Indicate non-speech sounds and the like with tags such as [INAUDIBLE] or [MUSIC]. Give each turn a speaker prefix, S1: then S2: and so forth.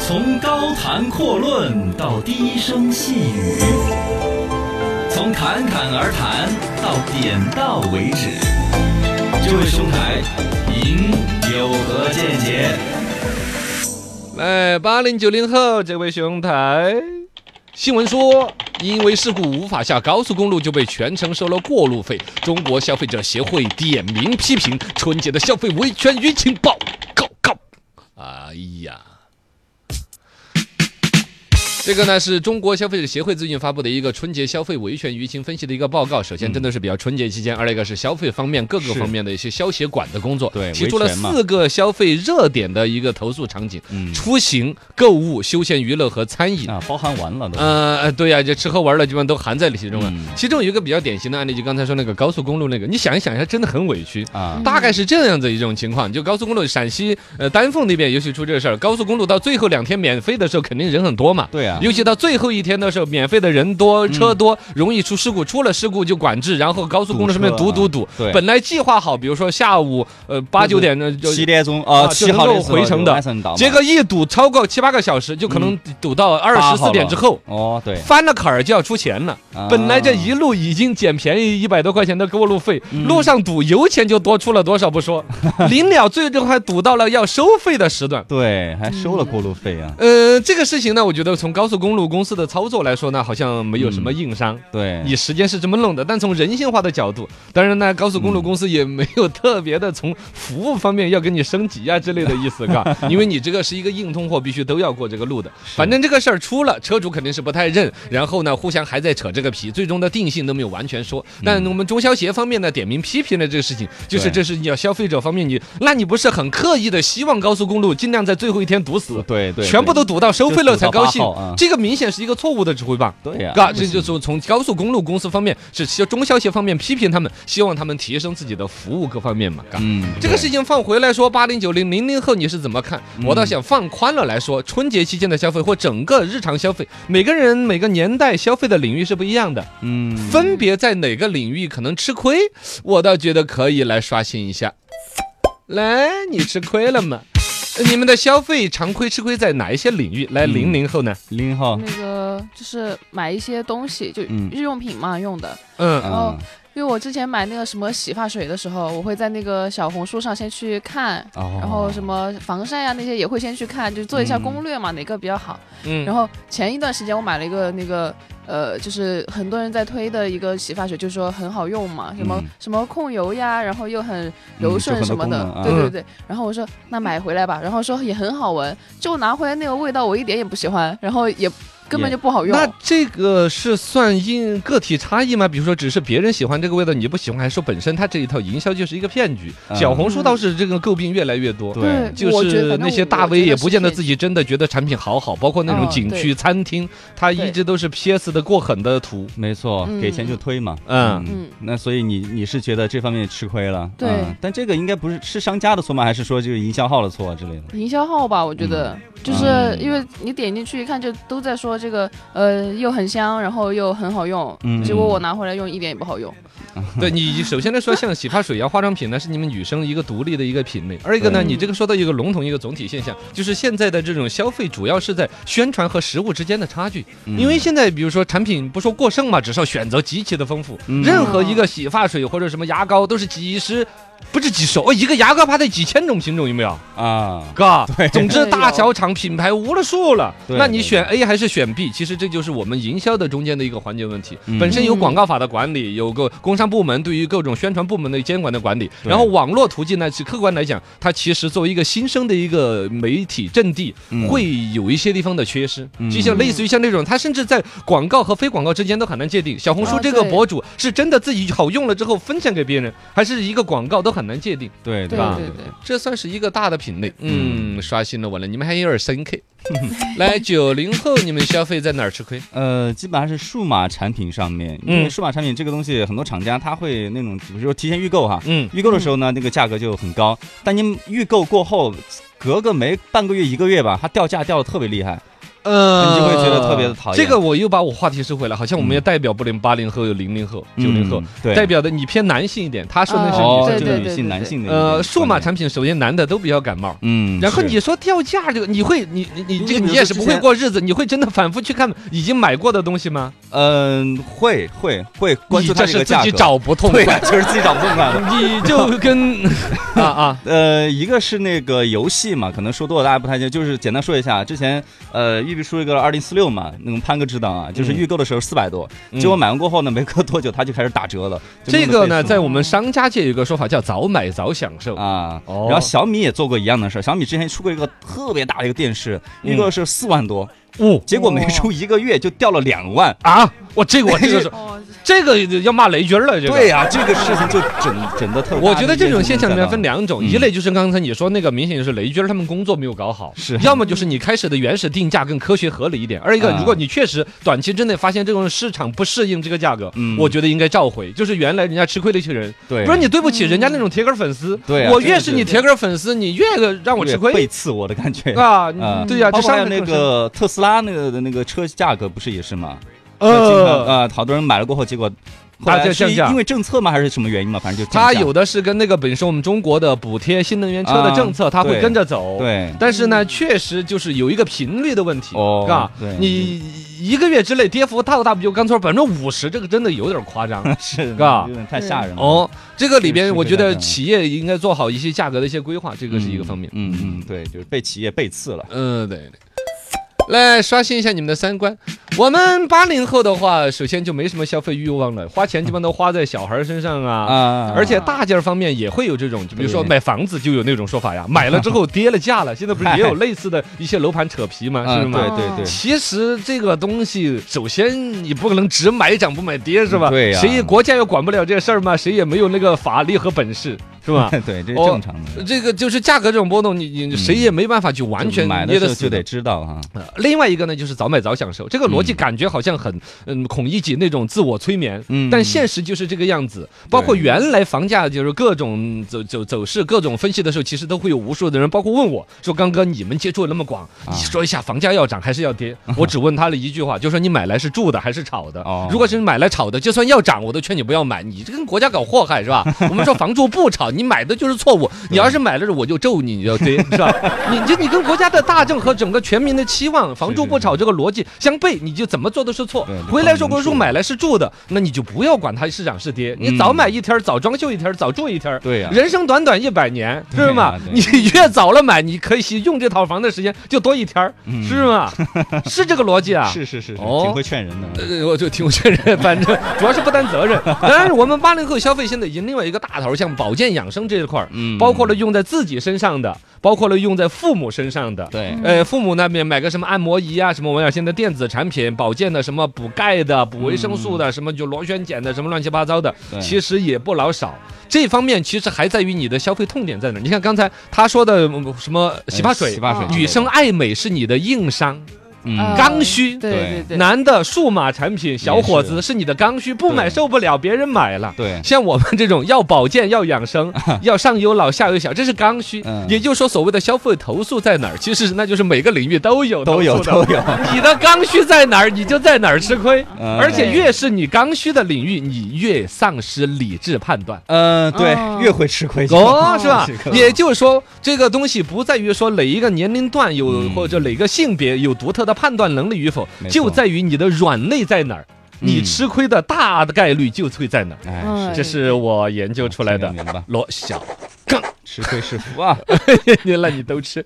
S1: 从高谈阔论到低声细语，从侃侃而谈到点到为止。这位兄台，您有何见解？
S2: 来，哎八零九零后这位兄台，新闻说，因为事故无法下高速公路，就被全程收了过路费。中国消费者协会点名批评春节的消费维权舆情报告告。哎呀，这个呢是中国消费者协会最近发布的一个春节消费维权舆情分析的一个报告。首先，真的是比较春节期间；二一个是消费方面各个
S3: 是
S2: 方面的一些消协管的工作，
S3: 对
S2: 提出了
S3: 维权嘛
S2: 四个消费热点的一个投诉场景。
S3: 嗯
S2: 出行、购物、休闲娱乐和餐饮。
S3: 啊，包含完了都。
S2: 呃，对呀、这吃喝玩乐基本上都含在里其中了。啊
S3: 嗯
S2: 其中有一个比较典型的案例，就刚才说那个高速公路那个，你想一想，它真的很委屈。
S3: 啊，
S2: 大概是这样子一种情况，就高速公路，陕西呃丹凤那边尤其出这事儿。高速公路到最后两天免费的时候，肯定人很多嘛。
S3: 对啊，
S2: 尤其到最后一天的时候，免费的人多车多，容易出事故。出了事故就管制，然后高速公路上面
S3: 堵
S2: 堵
S3: 车啊
S2: 堵堵。
S3: 对
S2: 本来计划好，比如说下午呃八九点呢，就
S3: 七点钟
S2: 啊
S3: 啊，
S2: 就
S3: 七号
S2: 能够
S3: 的时候
S2: 回程
S3: 就
S2: 的
S3: 完成到嘛
S2: 结果一堵超过七八个小时，就可能堵到二
S3: 嗯
S2: 十
S3: 八号
S2: 四
S3: 了
S2: 点之后。
S3: 哦，对，
S2: 翻了坎儿就要出钱了，
S3: 啊
S2: 本来这一路已经捡便宜一百多块钱的过路费，
S3: 嗯
S2: 路上堵油钱就多出了多少不
S3: [LAUGHS]
S2: 说，临了最终还堵到了要收费的时段。
S3: 对，还收了过路费啊，
S2: 呃，这个事情呢，我觉得从高速公路公司的操作来说呢，好像没有什
S3: 嗯
S2: 么硬伤。
S3: 对，
S2: 你时间是这么弄的，但从人性化的角度，当然呢，高速公路公司也没有特别的从服务方面要给你升级啊之类的意思，嘎， [LAUGHS] 因为你这个是一个硬通货，必须都要过这个路的。反正这个事儿出了，车主肯定是不太认，然后呢，互相还在扯这个皮，最终的定性都没有完全说。但我们中消协方面呢，点名批评了这个事情，就是
S3: 对
S2: 这是你要消费者方面你，那你不是很刻意的希望高速公路尽量在最后一天堵死？
S3: 对对，
S2: 全部都堵到收费了才高兴
S3: 就堵到八号啊，
S2: 这个明显是一个错误的指挥棒。
S3: 对呀，
S2: 啊，这就从从高速公路公司方面是消中消协方面批评他们，希望他们提升自己的服务各方面嘛。嘎
S3: 嗯，
S2: 这个事情放回来说，八零九零零零后你是怎么看？
S3: 嗯
S2: 我倒想放宽了来说，春节期间的消费或整个日常消费，每个人每个年代消费的领域是不一样的，
S3: 嗯，
S2: 分别在哪个领域可能吃亏，我倒觉得可以来刷新一下。来，你吃亏了吗？呃你们的消费常规吃亏在哪一些领域？来，
S3: 嗯
S2: 零零后呢？
S3: 零号，
S4: 那个就是买一些东西，就
S3: 嗯
S4: 日用品嘛用的。
S2: 嗯，
S4: 哦
S3: 啊
S4: 因为我之前买那个什么洗发水的时候，我会在那个小红书上先去看，
S3: 哦嗯
S4: 然后什么防晒啊那些也会先去看，就做一下攻略嘛，哪个比较好。
S2: 嗯
S4: 然后前一段时间我买了一个那个呃，就是很多人在推的一个洗发水，就说很好用嘛，什么、
S3: 嗯
S4: 什么控油呀，然后又很
S3: 嗯
S4: 柔
S3: 就
S4: 顺
S3: 很多
S4: 什么
S3: 功
S4: 的，
S3: 能啊
S4: 对对对。然后我说那买回来吧，然后说也很好闻，就拿回来那个味道我一点也不喜欢，然后也根本
S3: 也
S4: 就不好用。
S2: 那这个是算因个体差异吗？比如说，只是别人喜欢这个味道，你不喜欢，还是说本身它这一套营销就是一个骗局？
S3: 嗯
S2: 小红书倒是这个诟病越来越多。
S3: 对，
S2: 就
S4: 我觉
S2: 是
S4: 得
S2: 那些大 V 也不见得自
S4: 己。
S2: 己真的觉得产品好好，包括那种
S4: 嗯
S2: 景区、
S4: 对
S2: 餐厅，它一直都是 PS 的过狠的图。
S3: 没错，
S4: 嗯
S3: 给钱就推嘛，
S2: 嗯
S4: 嗯，
S3: 那所以你你是觉得这方面吃亏了，
S4: 对
S3: 嗯但这个应该不是是商家的错吗？还是说就是营销号的错之类的？
S4: 营销号吧，我觉
S2: 嗯
S4: 得、就是因为你点进去一看，就都在说这个，呃，又很香，然后又很好用。
S3: 嗯
S4: 结果我拿回来用一点也不好用。
S2: [LAUGHS] 对你首先来说，像洗发水啊、化妆品呢，是你们女生一个独立的一个品类；二一个呢，
S3: 对
S2: 你这个说到一个笼统一个总体现象，就是现在的这种消费主要是在宣传和实物之间的差距。
S3: 嗯
S2: 因为现在比如说产品不说过剩嘛，只是选择极其的丰富，
S3: 嗯
S2: 任何一个洗发水或者什么牙膏都是几十。不是几十哦，一个牙膏它得几千种品种，有没有？
S3: 啊，
S2: 哥，总之
S4: 对
S2: 大小厂品牌无了数了。
S3: 对
S2: 那你
S3: 对
S2: 选 A 还是选 B？其实这就是我们营销的中间的一个环节问题。
S3: 嗯
S2: 本身有广告法的管理，有个工商部门对于各种宣传部门的监管的管理，
S3: 对
S2: 然后网络途径呢，是客观来讲，它其实作为一个新生的一个媒体阵地，
S3: 嗯
S2: 会有一些地方的缺失，
S3: 嗯
S2: 就像类似于像这种，它甚至在广告和非广告之间都很难界定。小红书
S4: 啊
S2: 这个
S4: 对
S2: 博主是真的自己好用了之后分享给别人，还是一个广告都很难界定，
S3: 对
S4: 对
S2: 吧
S4: 对对，
S2: 这算是一个大的品类。嗯，刷新了我了，你们还有点深刻。 [LAUGHS] 来，九零后你们消费在哪儿吃亏？
S3: 呃，基本上是数码产品上面，因
S2: 嗯
S3: 为数码产品这个东西，很多厂家他会那种，比如说提前预购哈，
S2: 嗯，
S3: 预购的时候呢，那个价格就很高，但您预购过后，隔个没半个月一个月吧，它掉价掉的特别厉害。
S2: 嗯，
S3: 你就会觉得特别的讨厌
S2: 这个我又把我话题收回来，好像我们也代表不了八零后、零零后、九零后
S3: 嗯，对
S2: 代表的你偏男性一点，他说的是
S3: 哦，
S2: 女
S3: 这
S4: 对
S2: 性。
S3: 个
S4: 对
S3: 女
S4: 对
S3: 性
S4: 对
S3: 男性的
S2: 呃，数码
S3: 产，
S2: 产品首先男的都比较感冒。
S3: 嗯，
S2: 然后
S3: 是
S2: 你说掉价这个，你会你你你
S3: 因为
S2: 这个
S3: 比
S2: 你
S3: 如说
S2: 也是不
S3: 之
S2: 会
S3: 前
S2: 过日子，你会真的反复去看已经买过的东西吗？
S3: 嗯会会会关
S2: 你
S3: 注
S2: 这
S3: 它这
S2: 是
S3: 个
S2: 自
S3: 价格，
S2: 己找不痛
S3: 对
S2: 快，
S3: 啊，就是自己找不痛快的。
S2: 你就跟
S3: [LAUGHS]
S2: 啊啊，
S3: 呃，一个是那个游戏嘛，可能说多了大家不太清，就是简单说一下，之前呃育碧出一个二零四六嘛，那种潘哥知道啊，就是
S2: 嗯
S3: 预购的时候四百多，
S2: 嗯
S3: 结果买完过后呢，没隔多久它就开始打折了。就
S2: 这
S3: 弄得
S2: 个
S3: 倍
S2: 呢，
S3: 数
S2: 在我们商家界有一个说法叫早买早享受。
S3: 啊。
S2: 哦
S3: 然后小米也做过一样的事儿，小米之前出过一个特别大的一个电视，
S2: 嗯
S3: 预购是四万多，
S2: 哦
S3: 结果没出一个月就掉了两万。
S2: 啊，我这个我这个 [LAUGHS] 是
S4: 哦，
S2: 这个要骂雷军了，这个。啊
S3: 对呀、这个事情就整整的特别大的一件事情。
S2: 我觉得这种现象里面分
S3: 两
S2: 两种，
S3: 嗯
S2: 一类就是刚才你说那个，明显就是雷军儿他们工作没有搞好，
S3: 是
S2: 要么就是你开始的原始定价更科学合理一点；二一个，
S3: 啊
S2: 如果你确实短期之内发现这种市场不适应这个价格，
S3: 嗯
S2: 我觉得应该召回，就是原来人家吃亏的一些人，
S3: 对，
S2: 不然你对嗯不起人家那种铁杆粉丝。
S3: 对啊
S2: 我
S3: 真的
S2: 越是
S3: 是
S2: 你铁杆粉丝，你越让我吃
S3: 对背
S2: 亏
S3: 刺我的感觉。
S2: 啊！
S3: 啊
S2: [LAUGHS] 对呀，
S3: 包
S2: 这
S3: 括还
S2: 上
S3: 有
S2: 面呃
S3: 那个特斯拉那个的那个车价格不是也是吗？经常
S2: 呃。
S3: 呃，好多人买了过后，结果后
S2: 大
S3: 来
S2: 家
S3: 是
S2: 降价
S3: 因为政策吗？还是什么原因嘛？反正就降价
S2: 它有的是跟那个本身我们中国的补贴新能源车的政策，
S3: 啊
S2: 它会
S3: 对
S2: 跟着走。
S3: 对
S2: 但是呢，确实就是有一个频率的问题，
S3: 哦
S2: 是吧
S3: 对？
S2: 你一个月之内跌幅大不大？比如刚才说百分之五十，这个真的有点夸
S3: [LAUGHS]
S2: 张。
S3: 是
S2: 嘎
S3: 有点太吓人了。
S2: 哦，这个里边
S3: 是
S2: 我
S3: 是
S2: 觉
S3: 这
S2: 得
S3: 样的
S2: 企业应该做好一些价格的一些规划，这
S3: 嗯，
S2: 个是一个方面。
S3: 嗯嗯，对，就是被企业背刺了。
S2: 嗯，对。来刷新一下你们的三观。我们八零后的话，首先就没什么消费欲望了，花钱基本都花在小孩身上啊，
S3: 啊
S2: 而且大件儿方面也会有这种，就比如说
S3: 对
S2: 买房子就有那种说法呀， [LAUGHS] 买了之后跌了价了，现在不是也有类似的一些楼盘扯皮吗？啊是
S3: 嗯，
S2: 吗？
S3: 对对对，
S2: 其实这个东西，首先你不可能只买涨不买跌，是吧？
S3: 嗯对呀
S2: 谁国家也管不了这事儿嘛，谁也没有那个法力和本事，是
S3: [LAUGHS]
S2: 吧？
S3: 对，这是
S2: 哦
S3: 正常的。
S2: 这个就是价格这种波动，你你
S3: 嗯
S2: 谁也没办法去完全
S3: 就买的
S2: 捏
S3: 时
S2: 得
S3: 候
S2: 死
S3: 就
S2: 的
S3: 得。知道哈。
S2: 呃另外一个呢，就是早买早享受，这个逻辑
S3: 嗯
S2: 感觉好像很嗯孔乙己那种自我催眠，
S3: 嗯
S2: 但现实就是这个样子。包括原来房价就是各种走走走势、各种分析的时候，其实都会有无数的人，包括问我说：“刚哥，你们接触的那么广，
S3: 啊
S2: 你说一下房价要涨还是要跌？”我只问他了一句话，就说：“你买来是住的还是炒的
S3: 哦？
S2: 如果是买来炒的，就算要涨，我都劝你不要买，你这跟国家搞祸害是
S3: [LAUGHS]
S2: 吧？我们说房住不炒，你买的就是错误。
S3: 嗯
S2: 你要是买了，我就咒你，你要跌是吧？你这你跟国家的大政和整个全民的期望，房住不炒这个逻辑相悖，你就怎么做都是错
S3: 对。
S2: 回来说归
S3: 不
S2: 宿，
S3: 能
S2: 买来是住的，那你就不要管它是涨是跌，你
S3: 嗯
S2: 早买一天儿，早装修一天儿，早住一天儿。
S3: 对呀，
S2: 人生短短一百年，是吗？
S3: 对
S2: 你
S3: 呀
S2: 越早了买，你可以用这套房的时间就多一天儿，
S3: 嗯
S2: 是
S3: [LAUGHS]
S2: 吗？是这个逻辑啊。
S3: 是是是，是
S2: 哦
S3: 挺会劝人的。
S2: 呃，我就听我确认，反正主要是不担责任。当然，我们八零后消费现在已经另外一个大头，像保健养生这一块儿，
S3: 嗯
S2: 包括了用在自己身上的，包括了用在父母身上的。
S3: 对，
S2: 呃，父母那边买个什么按摩仪啊，什么玩意儿，现在电子产品、保健的，什么补钙的、补维生素的，什么就螺旋碱的，什么乱七八糟的，
S3: 对
S2: 其实也不老少。这方面其实还在于你的消费痛点在哪儿。你看刚才他说的嗯什么洗发水
S3: 哎洗，发水
S4: 啊
S3: 之类的，
S2: 女生爱美是你的硬伤、
S3: 嗯
S4: 啊
S2: 刚需。
S4: 对对对，
S2: 男的数码产品，小伙子是你的刚需，不买
S3: 对
S2: 受不了，别人买了。
S3: 对
S2: 像我们这种要保健、要养
S3: [LAUGHS]
S2: 生、要上有老下有小，这是刚需。
S3: 嗯
S2: 也就是说，所谓的消费投诉在哪儿？其实那就是每个领域都有
S3: 都有
S2: 投诉
S3: 都
S2: 的。
S3: 有，
S2: 你的刚需在哪儿，你就在哪儿吃亏。[LAUGHS]
S3: 嗯
S2: 而且越是你刚需的领域，你越丧失理智判断。
S3: 嗯
S4: 哦
S3: 对，越会吃
S2: [LAUGHS]
S3: 亏就
S2: 哦，是吧
S3: 是？个
S2: 也就是说，这个东西不在于说哪一个年龄段有
S3: 嗯
S2: 或者哪个性别有独特的判断能力与否，
S3: 没错
S2: 就在于你的软肋在哪儿，你
S3: 嗯
S2: 吃亏的大的概率就会在哪儿。
S3: 哎
S4: 嗯
S2: 这是我研究出来的
S3: 明白
S2: 罗小， [LAUGHS]
S3: 吃亏是福啊。
S2: 原来你都吃。